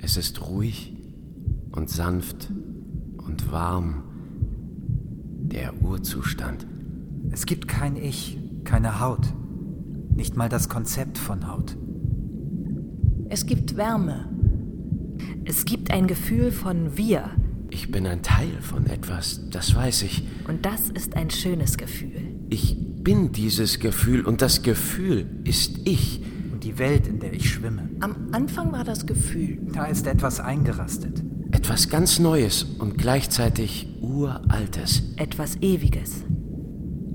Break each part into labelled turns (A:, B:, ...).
A: Es ist ruhig und sanft und warm. Der Urzustand.
B: Es gibt kein Ich, keine Haut. Nicht mal das Konzept von Haut.
C: Es gibt Wärme. Es gibt ein Gefühl von Wir.
A: Ich bin ein Teil von etwas, das weiß ich.
C: Und das ist ein schönes Gefühl.
A: Ich bin dieses Gefühl und das Gefühl ist ich.
B: Und die Welt, in der ich schwimme.
C: Am Anfang war das Gefühl.
B: Da ist etwas eingerastet.
A: Etwas ganz Neues und gleichzeitig Uraltes.
C: Etwas Ewiges.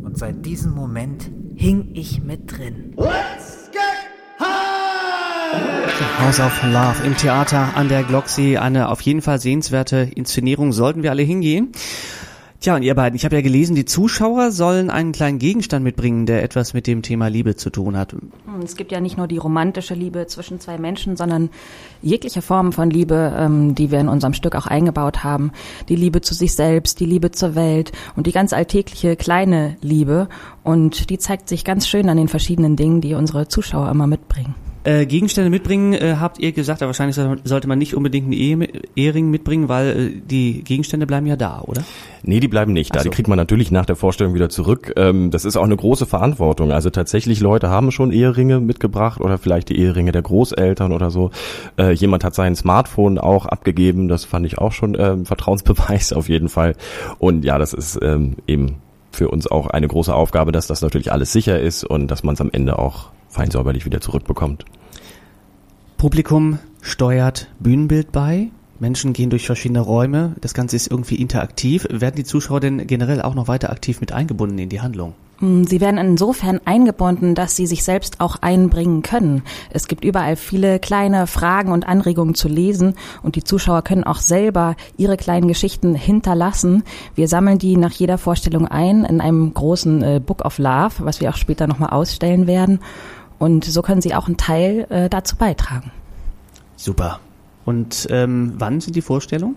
B: Und seit diesem Moment
C: Hing ich mit drin.
D: Let's get high!
E: House of Love im Theater an der Glocksee. Eine auf jeden Fall sehenswerte Inszenierung. Sollten wir alle hingehen? Tja, und ihr beiden, ich habe ja gelesen, die Zuschauer sollen einen kleinen Gegenstand mitbringen, der etwas mit dem Thema Liebe zu tun hat.
F: Es gibt ja nicht nur die romantische Liebe zwischen zwei Menschen, sondern jegliche Formen von Liebe, ähm, die wir in unserem Stück auch eingebaut haben. Die Liebe zu sich selbst, die Liebe zur Welt und die ganz alltägliche kleine Liebe. Und die zeigt sich ganz schön an den verschiedenen Dingen, die unsere Zuschauer immer mitbringen.
E: Äh, Gegenstände mitbringen, äh, habt ihr gesagt, aber wahrscheinlich sollte man nicht unbedingt einen Ehe Ehering mitbringen, weil äh, die Gegenstände bleiben ja da, oder?
G: Nee, die bleiben nicht da.
E: Ach so.
G: Die kriegt man natürlich nach der Vorstellung wieder zurück. Ähm, das ist auch eine große Verantwortung. Also tatsächlich, Leute haben schon Eheringe mitgebracht oder vielleicht die Eheringe der Großeltern oder so. Äh, jemand hat sein Smartphone auch abgegeben. Das fand ich auch schon ähm, Vertrauensbeweis auf jeden Fall. Und ja, das ist ähm, eben für uns auch eine große Aufgabe, dass das natürlich alles sicher ist und dass man es am Ende auch fein säuberlich wieder zurückbekommt.
E: Publikum steuert Bühnenbild bei. Menschen gehen durch verschiedene Räume. Das Ganze ist irgendwie interaktiv. Werden die Zuschauer denn generell auch noch weiter aktiv mit eingebunden in die Handlung?
F: Mm, Sie werden insofern eingebunden, dass sie sich selbst auch einbringen können. Es gibt überall viele kleine Fragen und Anregungen zu lesen und die Zuschauer können auch selber ihre kleinen Geschichten hinterlassen. Wir sammeln die nach jeder Vorstellung ein in einem großen äh, Book of Love, was wir auch später nochmal ausstellen werden. Und so können sie auch einen Teil äh, dazu beitragen.
E: Super. Und ähm, wann sind die Vorstellungen?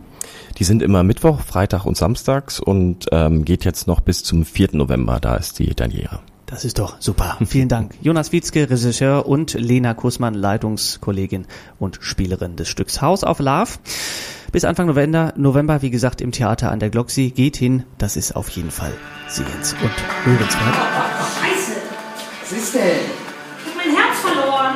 G: Die sind immer Mittwoch, Freitag und Samstags und ähm, geht jetzt noch bis zum 4. November. Da ist die Daniere.
E: Das ist doch super. Vielen Dank. Jonas Wietzke, Regisseur und Lena Kussmann, Leitungskollegin und Spielerin des Stücks Haus auf Love. Bis Anfang November, November, wie gesagt, im Theater an der Glocksee. Geht hin, das ist auf jeden Fall sehens- und hörenswert.
H: Scheiße,
D: Was ist denn? Oh.
H: ich hab mein Herz verloren.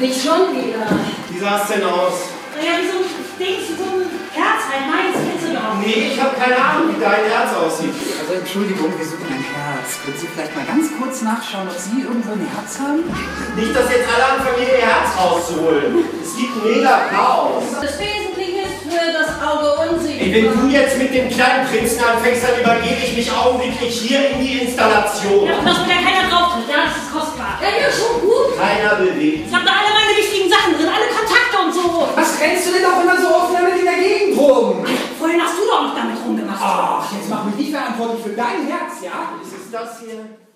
I: Nicht schon wieder.
D: Wie sah's denn aus?
H: Naja, wie so ein Ding, so ein Herz, ein meins, kennst du doch.
D: Nee, ich habe keine Ahnung, wie dein Herz aussieht.
I: Also Entschuldigung, wir suchen ein Herz. Können Sie vielleicht mal ganz kurz nachschauen, ob Sie irgendwo ein Herz haben?
D: Nicht, dass jetzt alle anfangen, ihr Herz rauszuholen. Es gibt mega Chaos.
H: Das Wesentliche ist für das Auge
D: Ey,
H: unsichtbar.
D: wenn du jetzt mit dem kleinen Prinzen anfängst, dann übergebe ich mich augenblicklich hier in die Installation.
H: Ja, dass mir da keiner drauf tritt, ja, das ist kostbar.
I: Ja, ja, schon gut.
D: Keiner
H: Ich
D: bewegt.
H: hab da alle meine wichtigen Sachen drin, alle Kontakte und so.
I: Was rennst du denn auch immer so offen damit in der Gegend rum?
H: Vorhin hast du doch noch damit rumgemacht.
I: Ach, jetzt mach mich nicht verantwortlich für dein Herz, ja?
D: Was ist das hier?